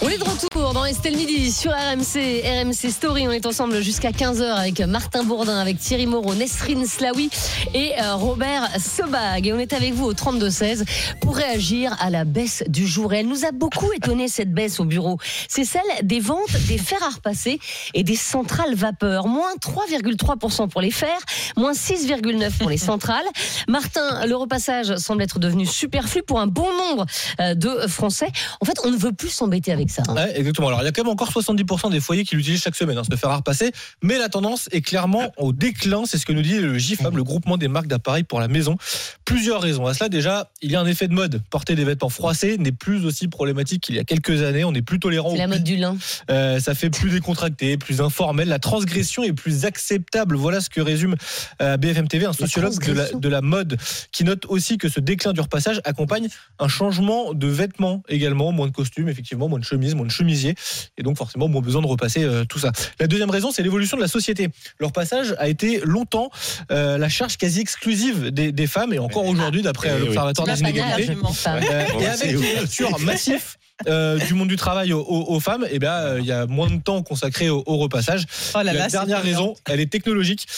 On est de retour dans Estelle Midi sur RMC, RMC Story. On est ensemble jusqu'à 15h avec Martin Bourdin, avec Thierry Moreau, Nesrine Slaoui et euh, Robert Sobag. Et on est avec vous au 32-16 pour réagir à la baisse du jour. Et elle nous a beaucoup étonné cette baisse au bureau. C'est celle des ventes des fers à repasser et des centrales vapeur. Moins 3,3% pour les fers, moins 6,9% pour les centrales. Martin, le repassage semble être devenu superflu pour un bon nombre euh, de Français. En fait, on ne veut plus s'embêter avec ça. hein. Ah Ouais, exactement. Alors, il y a quand même encore 70% des foyers qui l'utilisent chaque semaine, hein, se faire à repasser. Mais la tendance est clairement au déclin. C'est ce que nous dit le GIFAM, hein, le groupement des marques d'appareils pour la maison. Plusieurs raisons à cela. Déjà, il y a un effet de mode. Porter des vêtements froissés n'est plus aussi problématique qu'il y a quelques années. On est plus tolérant. C'est au la mode du lin. euh, ça fait plus décontracté, plus informel. La transgression est plus acceptable. Voilà ce que résume euh, BFM TV, un sociologue de la, transgression. de la mode, qui note aussi que ce déclin du repassage accompagne un changement de vêtements également. Moins de costumes, effectivement, moins de chemises, moins de chemisiers. Et donc, forcément, moins besoin de repasser euh, tout ça. La deuxième raison, c'est l'évolution de la société. Le repassage a été longtemps euh, la charge quasi exclusive des, des femmes, et encore aujourd'hui, d'après euh, l'Observatoire Là, des pas inégalités. grave, pas Euh, et avec une rupture massif euh, du monde du travail aux, aux- aux femmes, eh bien, euh, il y a moins de temps consacré au, au repassage. Oh là la là, c'est dernière énorme. raison, elle est technologique.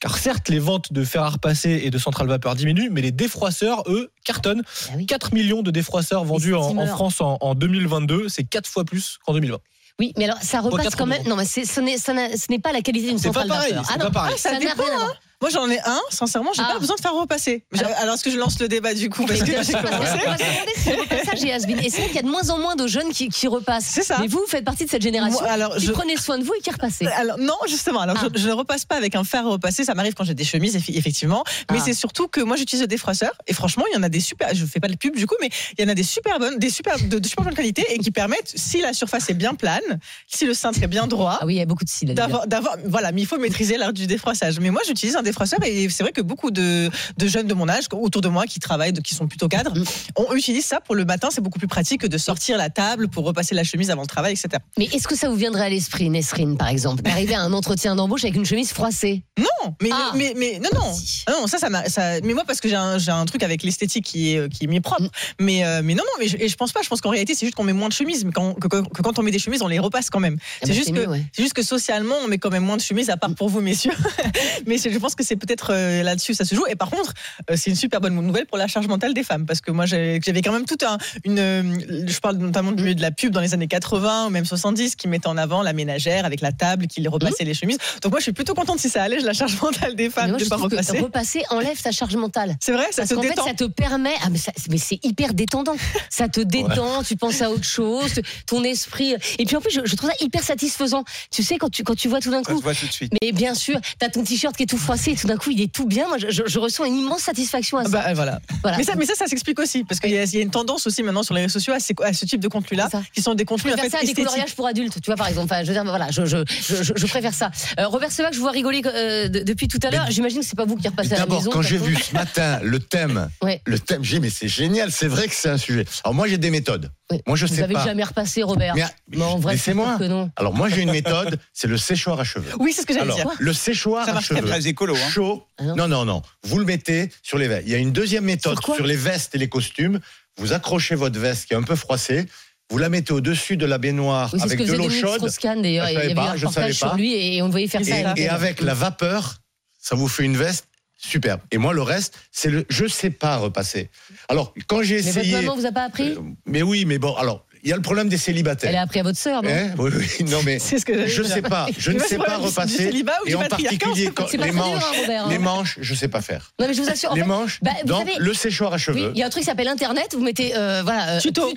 Car certes, les ventes de fer à repasser et de centrales vapeur diminuent, mais les défroisseurs, eux, cartonnent. Ah oui. 4 millions de défroisseurs vendus en, en steamers. France en, en 2022, c'est 4 fois plus qu'en 2020. Oui, mais alors ça repasse quatre quand même. euros. Non, mais c'est- ce n'est ça n'a- ce n'est pas la qualité d'une C'est pas centrale pareil, vapeur. c'est non, pas pareil. Ah, ça n'a dépend, rien à hein. voir. Moi j'en ai un, sincèrement, j'ai Ah. pas besoin de faire repasser. J'ai- Alors, Alors- que je lance le débat du coup On va parce se que j'ai commencé. demander si le repassage est has-been. Et c'est vrai qu'il y a de moins en moins de jeunes qui, qui repassent. C'est ça. Mais vous, vous faites partie de cette génération Moi, alors, qui je- prenez soin de vous et qui repassez. Alors, non, justement, alors Ah. je, je ne repasse pas avec un fer à repasser, ça m'arrive quand j'ai des chemises, effi- effectivement, mais Ah. c'est surtout que moi j'utilise le défroisseur et franchement, il y en a des super, je fais pas de pub du coup, mais il y en a des super bonnes, des super, de, de super bonne qualité et qui permettent, si la surface est bien plane, si le cintre est bien droit, Ah oui, il y a beaucoup de cils. à dire. d'avoir, d'avoir- voilà, mais il faut maîtriser l'art du défroissage. Mais moi, j'utilise un défroisseur et c'est vrai que beaucoup de, de jeunes de mon âge, autour de moi, qui travaillent, de- qui sont plutôt cadres, Mm. on utilise ça pour le matin. C'est beaucoup plus pratique que de sortir la table pour repasser la chemise avant le travail, etc. Mais est-ce que ça vous viendrait à l'esprit, Nesrine, par exemple, d'arriver à un entretien d'embauche avec une chemise froissée Non, mais, Ah. mais, mais non, non. Si. Ah Non, ça, ça, m'a- ça- Mais moi, parce que j'ai un, j'ai un truc avec l'esthétique qui est, euh, qui est mis propre. Mm. Mais, euh, mais non, non, mais je, et je pense pas. Je pense qu'en réalité, c'est juste qu'on met moins de chemises. Mais quand, que, que- que quand on met des chemises, on les repasse quand même. Ah C'est bah, juste que mieux, ouais. C'est juste que socialement, on met quand même moins de chemises, à part pour vous, messieurs. Mais c'est- je pense que c'est peut-être euh, là-dessus que ça se joue. Et par contre, euh, c'est une super bonne nouvelle pour la charge mentale des femmes. Parce que moi, j'ai- j'avais quand même toute un, une. euh, Je parle notamment du milieu de la pub dans les années 80 ou même 70 qui mettait en avant la ménagère avec la table, qui repassait les chemises. Donc moi, je suis plutôt contente si ça allège la charge mentale des Mmh. Mais femmes moi, de je pas trouve que repasser. repasser enlève ta charge mentale. C'est vrai, ça Parce se qu'en fait, détend. ça te permet. Ah, mais, ça- mais c'est hyper détendant. Ça te détend, tu penses à autre chose, te- ton esprit. Et puis en plus, je, je trouve ça hyper satisfaisant. Tu sais, quand tu, quand tu vois tout d'un Ça se coup. voit tout de suite. Mais bien sûr, t'as ton t-shirt qui est tout froissé et tout d'un coup, il est tout bien. Moi, je, je- je ressens une immense satisfaction à ça. Bah, euh, voilà. Voilà. Mais ça, mais ça, ça s'explique aussi parce qu'il y, a- il y a une tendance aussi maintenant sur les réseaux sociaux à, ces- à ce type de contenus-là, C'est ça. qui sont des je contenus en préfère fait ça à des esthétiques. coloriages pour adultes, tu vois, par exemple. Enfin, je veux dire, voilà, je, je, je, je- je préfère ça. Euh, Robert Sevac, je vous vois rigoler euh, de- depuis tout à l'heure. J'imagine que c'est pas vous qui repassez à la D'abord, maison. quand j'ai t'as vu tout. ce matin le thème, Ouais. le thème, j'ai dit, mais c'est génial, c'est vrai que c'est un sujet. Alors moi, j'ai des méthodes. Oui. Moi, je Vous sais avez pas. jamais repassé, Robert. Mais- non, en vrai, c'est Laissez-moi. que non. Alors moi, j'ai une méthode, c'est le séchoir à cheveux. Oui, c'est ce que j'allais Alors, dire. le séchoir Ça à marche C'est cheveux. très écolo. Hein. Chaud. Ah non. Non, non, non. Vous le mettez sur les vestes. Il y a une deuxième méthode Sur quoi sur, les vestes et les costumes. Vous accrochez votre veste qui est un peu froissée. Vous la mettez au-dessus de la baignoire Oui, c'est ce avec que de faisait l'eau Dominique chaude. Strauss-Kahn d'ailleurs. Je Il y avait savais pas, un je savais reportage sur pas. lui et on le voyait faire ça. Et, à et l'antenne. avec la vapeur, ça vous fait une veste superbe. Et moi, le reste, c'est le je sais pas repasser. Alors, quand j'ai Mais votre essayé. maman vous a pas appris Euh, mais oui, mais bon, alors, il y a le problème des Elle célibataires. a appris à votre sœur, non Hein oui, oui, non mais C'est ce que j'allais je dire. sais pas, je Tu ne vois, sais c'est pas vrai, du repasser célibat ou du et en patriarcat, particulier on sait pas. quand- C'est pas les très dur, hein, manches, Robert, hein. les manches, je sais pas faire. Non, mais je vous assure. en les fait, manches bah, vous dans savez- le séchoir à Oui, cheveux. il y a un truc qui s'appelle Internet. Vous mettez euh, voilà, euh, Tuto.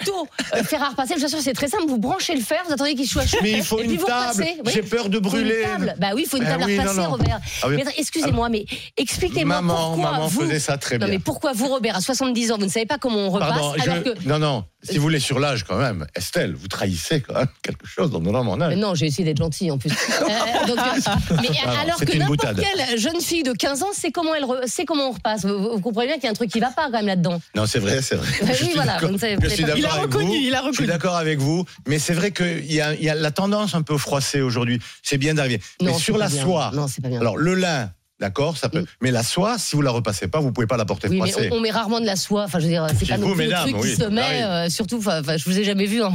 euh, fer à repasser. Je vous assure, c'est très simple. Vous branchez le fer, vous attendez qu'il soit chaud. mais il faut Et puis une vous table. repassez, oui. J'ai peur de Faut une brûler. table. Bah oui, il faut une Ah table oui, à non, repasser, non. Robert. Ah oui. Mais attends, Excusez-moi, mais expliquez-moi Maman, pourquoi maman vous. faisait ça très non, bien. mais pourquoi vous, Robert, à 70 ans, vous ne savez pas comment on repasse Pardon, alors je- que. non, non, si vous voulez sur l'âge quand même, Estelle, vous trahissez quand même quelque chose en me donnant mon Mais âge. non, j'ai essayé d'être gentil en plus. Euh, donc, euh, mais non, alors c'était que une n'importe boutade. quelle jeune fille de 15 ans sait comment elle re- sait comment on repasse. Vous, vous- vous comprenez bien qu'il y a un truc qui va pas quand même là-dedans. Non, c'est vrai, c'est vrai. Bah Je oui, suis voilà, d'accord. vous ne savez Je suis peut-être pas. Il d'accord a avec reconnu, vous. il a Je suis reconnu. d'accord avec vous, mais c'est vrai qu'il y, a- il y a la tendance un peu froissée aujourd'hui. C'est bien d'arriver. Mais Non, sur c'est la pas bien. soie, Non, c'est pas bien. alors le lin, d'accord, ça peut. Mm. Mais la soie, si vous la repassez pas, vous pouvez pas la porter Oui, froissée. mais on, on met rarement de la soie. Enfin, je veux dire, c'est Chez pas non vous, plus le mesdames, truc qui oui. se met, Ah oui. euh, surtout, enfin, enfin, je vous ai jamais vu, hein.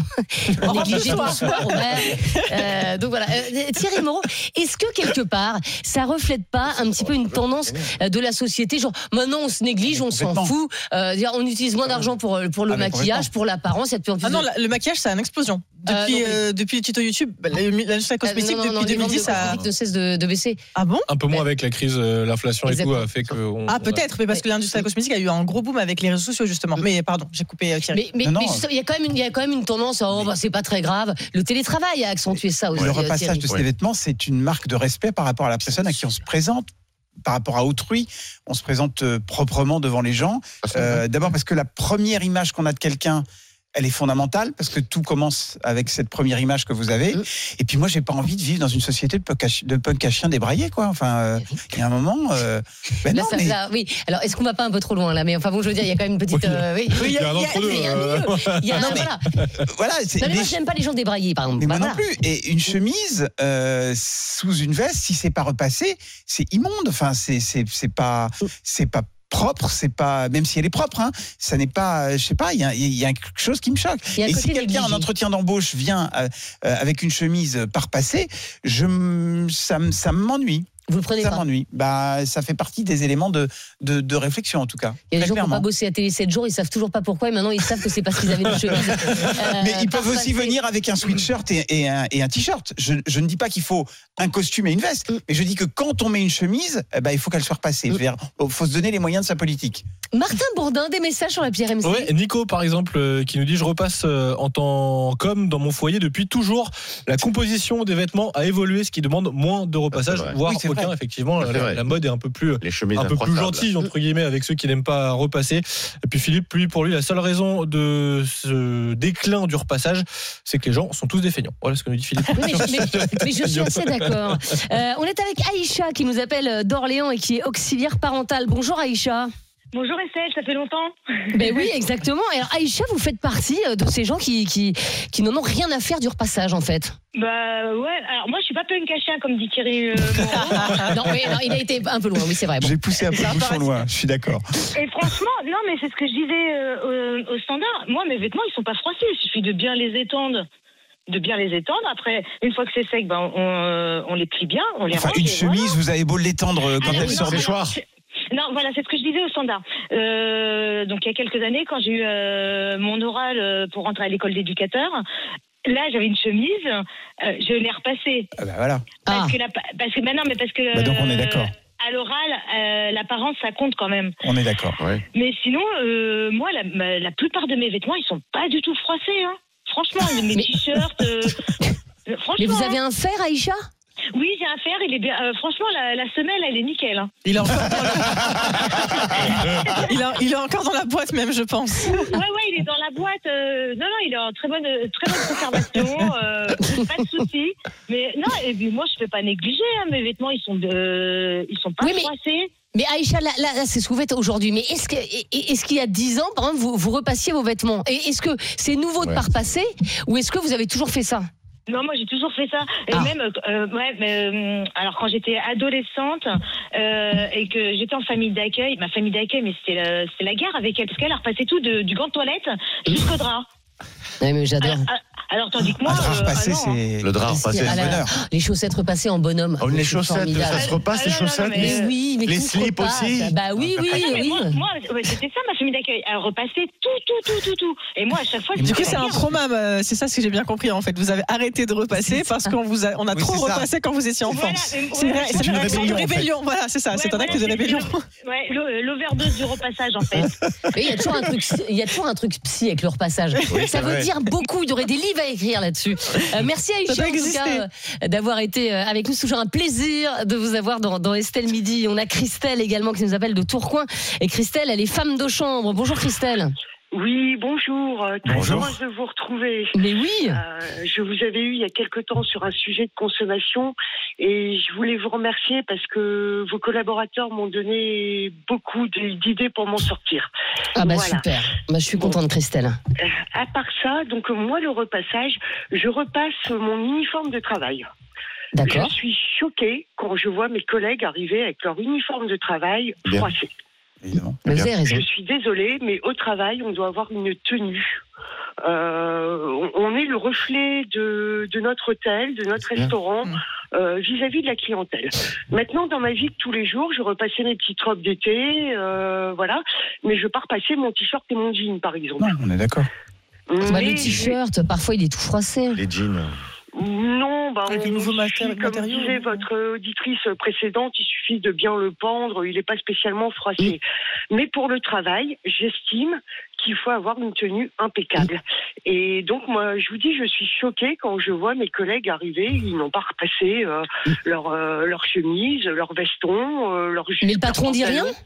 Négligé soie. de soie, Robert. Euh, donc voilà. Euh, Thierry Moreau, est-ce que quelque part, ça reflète pas un petit peu une tendance euh, de la société Genre, maintenant, on se néglige, on s'en Complètement. fout. Euh, dire, on utilise moins d'argent pour, euh, pour le Ah, mais maquillage, complètement. pour l'apparence, il y a de plus en plus Ah de- non, la- le maquillage, c'est une explosion. Euh, Depuis, non, mais- euh, depuis les tutos YouTube, bah, la- l'industrie Euh, cosmétique non, non, non, depuis les ventes de 2010, ça. cosmétiques ne cesse de, de baisser. Ah bon Un peu moins avec la crise, euh, l'inflation et tout Exactement. a fait que. on- Ah on a- peut-être, mais parce que l'industrie Oui. cosmétique a eu un gros boom avec les réseaux sociaux justement. Mais pardon, j'ai coupé euh, Thierry. Mais, mais- Non, non. mais justement, il y a quand même une, il y a quand même une tendance. à, Oh, bah, c'est pas très grave. Le télétravail a accentué ça aussi. Le euh, repassage Thierry. de ces Ouais. vêtements, c'est une marque de respect par rapport à la personne à qui on se présente, par rapport à autrui. On se présente euh, proprement devant les gens. Euh, D'abord parce que la première image qu'on a de quelqu'un, elle est fondamentale parce que tout commence avec cette première image que vous avez. Mm. Et puis moi, j'ai pas envie de vivre dans une société de punk à, chi- de punk à chien débraillé, quoi. Enfin, euh, il y a un moment. euh, ben Là, non, ça- mais- là, oui. Alors, est-ce qu'on va pas un peu trop loin là Mais enfin, bon, je veux dire, il y a quand même une petite. euh, oui. il y a un entre-deux, il y a un euh, milieu. Il y a un- Non, mais- voilà. voilà, c'est Non, mais moi, des- j'aime pas les gens débraillés, par exemple. Mais Bah, moi non voilà. plus. Et une chemise euh, sous une veste, si c'est pas repassé, c'est immonde. Enfin, c'est c'est c'est pas c'est pas propre. C'est pas même si elle est propre. Hein, ça n'est pas. euh, Je sais pas. Il y a, il y a quelque chose qui me choque. Il y a un Et côté si quelqu'un en négligé. entretien d'embauche vient euh, euh, avec une chemise par passé, je m- ça m- ça m'ennuie. Vous le prenez Ça pas. m'ennuie. Bah, ça fait partie des éléments de de, de réflexion en tout cas. Il y a des Très gens qui n'ont pas clairement. bossé à télé 7 jours, ils savent toujours pas pourquoi, et maintenant ils savent que c'est parce qu'ils avaient une chemise. euh, Mais ils par peuvent aussi passé. venir avec un sweatshirt et, et un, et un t-shirt. Je, je ne dis pas qu'il faut un costume et une veste, mais je dis que quand on met une chemise, eh ben, il faut qu'elle soit repassée. Oh, Il faut se donner les moyens de sa politique. Martin Bourdin, des messages sur la pierre MC. Ouais, Nico par exemple euh, qui nous dit je repasse euh, en tant qu'homme dans mon foyer depuis toujours la composition des vêtements a évolué ce qui demande moins de repassage Ah, c'est vrai. voire Oui, c'est aucun vrai. effectivement Ça, c'est la, vrai. la mode est un peu plus Les chemises un peu plus incrochables. gentille entre guillemets avec ceux qui n'aiment pas repasser et puis Philippe lui pour lui la seule raison de ce déclin du repassage c'est que les gens sont tous des feignants voilà ce que nous dit Philippe Oui, mais, je- mais- mais je suis assez d'accord. Euh, on est avec Aïcha qui nous appelle euh, d'Orléans et qui est auxiliaire parentale. Bonjour Aïcha. Bonjour Estelle, ça fait longtemps. Ben oui, exactement. Et alors, Aïcha, vous faites partie euh, de ces gens qui, qui, qui n'en ont rien à faire du repassage, en fait. Bah ouais, alors moi je suis pas punk à chien comme dit Thierry euh, Moreau. non, mais non, il a été un peu loin, oui, c'est vrai. Bon. J'ai poussé un peu le bouchon loin, je suis d'accord. Et franchement, non mais c'est ce que je disais euh, au, au standard. Moi mes vêtements ils sont pas froissés, il suffit de bien les étendre. De bien les étendre. Après, une fois que c'est sec, ben, on, euh, on les plie bien, on les Enfin, range une et voilà. chemise, vous avez beau l'étendre euh, quand Alors, elle non, sort alors, des choirs. je- Non, voilà, c'est ce que je disais au standard. Euh, donc, il y a quelques années, quand j'ai eu euh, mon oral euh, pour rentrer à l'école d'éducateur, là, j'avais une chemise, euh, je l'ai repassée. Ah bah voilà. Ah, Parce que, la, pa- parce que, bah non, mais parce que. Bah donc, on est euh, d'accord. À l'oral, euh, l'apparence, ça compte quand même. On est d'accord. Mais sinon, euh, moi, la, ma- la plupart de mes vêtements, ils sont pas du tout froissés. Hein. Franchement, mes Mais- t-shirts. euh, euh, franchement, mais vous avez hein. un fer, Aïcha oui, j'ai un fer. Il est bien. euh, franchement, la, la semelle, elle est nickel. hein. Il est encore dans la... il, a- il est encore dans la boîte même, je pense. Ouais, ouais, il est dans la boîte. euh, non, non, il est en très bonne, euh, très bonne conservation. euh, pas de souci. Mais non, et puis moi, je ne peux pas négliger. hein, mes vêtements, ils sont, de- ils sont pas Oui, mais- froissés. Mais Aïcha, là, là, là, c'est sous vêtements aujourd'hui. Mais est-ce que et- et- est-ce qu'il y a 10 ans, par exemple, vous, vous repassiez vos vêtements Et est-ce que c'est nouveau de Ouais. pas repasser Ou est-ce que vous avez toujours fait ça Non, moi, j'ai toujours fait ça. Et Ah. même, euh, ouais, mais, euh, alors quand j'étais adolescente euh, et que j'étais en famille d'accueil, ma famille d'accueil, mais c'était la, c'était la guerre avec elle, parce qu'elle a repassé tout de- du gant de toilette jusqu'au drap. Oui, mais j'adore. Alors, ah, alors, tandis que moi. Un drap euh, repassé, ah non, hein. c'est. Le drap c'est repassé, un Ah là là. bonheur. Les chaussettes repassées en bonhomme. Oh, les C'est chaussettes, ça formidable. se repasse, les Ah, non, non, chaussettes. mais- Mais oui, mais Les tout se slips repasse. aussi. Bah oui, oui, Ah non, mais oui. moi, moi, ouais, c'était ça ma famille d'accueil. Elle repassait tout, tout, tout, tout, tout. Et moi, à chaque fois, je Du coup, disais, c'est un programme, euh, c'est ça ce que j'ai bien compris en fait. Vous avez arrêté de repasser parce qu'on vous a, on a Oui, trop c'est ça. repassé quand vous étiez enfant. Voilà, mais- C'est vrai, ouais, c'est une une réaction de rébellion, en fait. rébellion. Voilà, c'est ça, c'est un Ouais, acte de voilà, rébellion. Ouais, l'o- l'overdose du repassage, en fait. Et Il y, a toujours un truc, il y a toujours un truc psy avec le repassage. ça veut vrai. dire beaucoup. Il y aurait des livres à écrire là-dessus. Euh, merci Aïcha, doit en tout exister. cas, euh, d'avoir été euh, avec nous. C'est toujours un plaisir de vous avoir dans, dans Estelle Midi. On a Christelle également qui nous appelle de Tourcoing. Et Christelle, elle est femme de chambre. Bonjour Christelle. Oui, bonjour. Euh, Très Bonjour. heureuse de vous retrouver. Mais oui. Euh, je vous avais eu il y a quelque temps sur un sujet de consommation et je voulais vous remercier parce que vos collaborateurs m'ont donné beaucoup d- d'idées pour m'en sortir. Ah bah Voilà. super. Bah, je suis contente Christelle. À part ça, donc euh, moi le repassage, je repasse euh, mon uniforme de travail. Je D'accord. suis choquée quand je vois mes collègues arriver avec leur uniforme de travail Bien. froissé. Évidemment. Mais Vous avez raison. Je suis désolée, mais au travail, on doit avoir une tenue. Euh, on- on est le reflet de, de notre hôtel, de notre C'est bien. restaurant, Mm. euh, vis-à-vis de la clientèle. Maintenant, dans ma vie de tous les jours, je repassais mes petites robes d'été, euh, voilà, mais je pars passer mon t-shirt et mon jean, par exemple. Non, on est d'accord. Bah, Mais le t-shirt, parfois il est tout froissé. Les jeans. Non, bah, Avec on le nouveau il suffit, maté- comme matériau. disait votre auditrice précédente, il suffit de bien le pendre, il n'est pas spécialement froissé. Mais pour le travail, j'estime qu'il faut avoir une tenue impeccable. Et donc, moi, je vous dis, je suis choquée quand je vois mes collègues arriver, ils n'ont pas repassé euh, leur, euh, leur chemise, leur veston, euh, leur jupe, Mais le patron leur dit rien pantalon.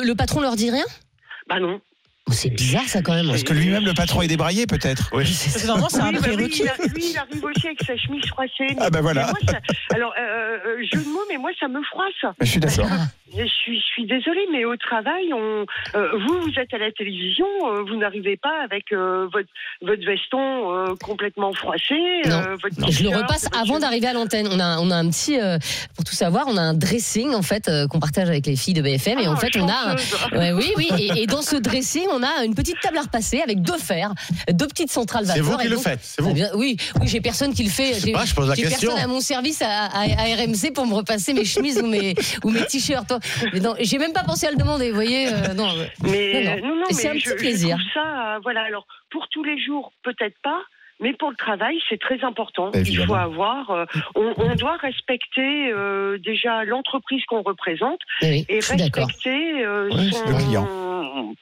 Le, le patron leur dit rien hein. Bah non. Oh, C'est bizarre ça quand même. Parce que lui-même, le patron est débraillé, peut-être. Oui. Parce que normalement, c'est un Oui, bah oui, prérequis. il a- lui, il arrive aussi avec sa chemise froissée. mais- Ah ben mais voilà. moi, ça- alors, euh, euh, jeu de mots, mais moi, ça me froisse. Je suis d'accord. Ah. Je suis, je suis désolée, mais au travail, on, euh, vous, vous êtes à la télévision, euh, vous n'arrivez pas avec euh, votre, votre veston euh, complètement froissé. euh, votre Je le t-shirt, repasse votre avant chemise. d'arriver à l'antenne. On a, on a un petit, euh, pour tout savoir, on a un dressing en fait euh, qu'on partage avec les filles de BFM et en Ah, fait on a, chanceuse. un- ouais, oui oui, et, et dans ce dressing on a une petite table à repasser avec deux fers, deux petites centrales C'est vapeur. vous qui et le donc- faites, c'est Ah vous. bien, oui, oui, j'ai personne qui le fait. Je sais J'ai- pas, je pose la j'ai question. personne à mon service à, à- à RMC pour me repasser mes chemises ou mes ou mes t-shirts. Mais non, j'ai même pas pensé à le demander. Vous voyez, euh, non. Mais Non, non, non. non, Et mais c'est un petit je, je plaisir. trouve ça, euh, voilà. Alors pour tous les jours, peut-être pas. Mais pour le travail, c'est très important. Il faut Évidemment. avoir. euh, on, on doit respecter euh, déjà l'entreprise qu'on représente Mais oui, et je suis d'accord. respecter euh, Oui, son- le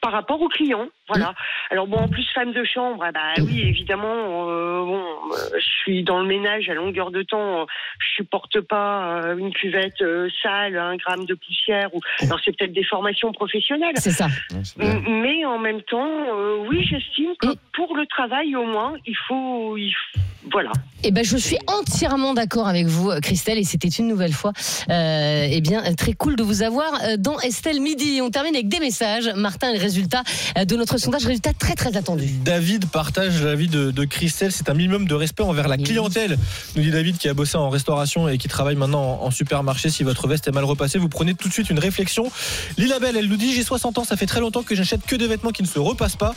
par rapport au client. Voilà. Alors bon, en plus femme de chambre, ah bah oui, évidemment, euh, bon, euh, je suis dans le ménage à longueur de temps. euh, Je supporte pas euh, une cuvette euh, sale, un gramme de poussière. Ou alors c'est peut-être des formations professionnelles. C'est ça. Non, c'est bien. M- Mais en même temps, euh, oui, j'estime que pour le travail au moins, il faut, il f- voilà. Eh ben, je suis entièrement d'accord avec vous, euh, Christelle, et c'était une nouvelle fois. Euh, eh bien, euh, très cool de vous avoir euh, dans Estelle Midi. On termine avec des messages. Martin, les résultats euh, de notre sondage, résultats très très attendus. David partage l'avis de, de Christelle. C'est un minimum de respect envers la Oui. clientèle. Nous dit David qui a bossé en restauration et qui travaille maintenant en, en supermarché. Si votre veste est mal repassée, vous prenez tout de suite une réflexion. Lila Belle, elle nous dit J'ai 60 ans, ça fait très longtemps que j'achète que des vêtements qui ne se repassent pas.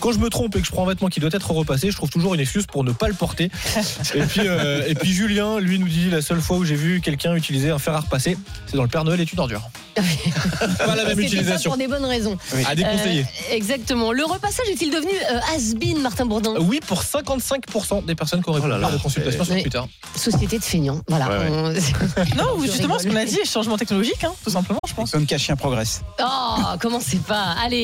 Quand je me trompe et que je prends un vêtement qui doit être repassé, je trouve toujours une excuse pour ne pas le porter. et, puis, euh, et puis Julien, lui, nous dit La seule fois où j'ai vu quelqu'un utiliser un fer à repasser, c'est dans le Père Noël est une ordure. pas la C'était même ça utilisation. pour des bonnes raisons. À déconseiller. Euh, exactement. Le repassage est-il devenu euh, has-been, Martin Ah Bourdin Oui, pour 55% des personnes qui ont Oh répondu là à là. la consultation sur Mais- Twitter. Société de feignants. Voilà. Ouais, On- Non, ou Je justement, rigole. ce qu'on a dit, changement technologique, hein, tout simplement, je pense. Comme cacher un progrès. Oh, commencez pas. Allez.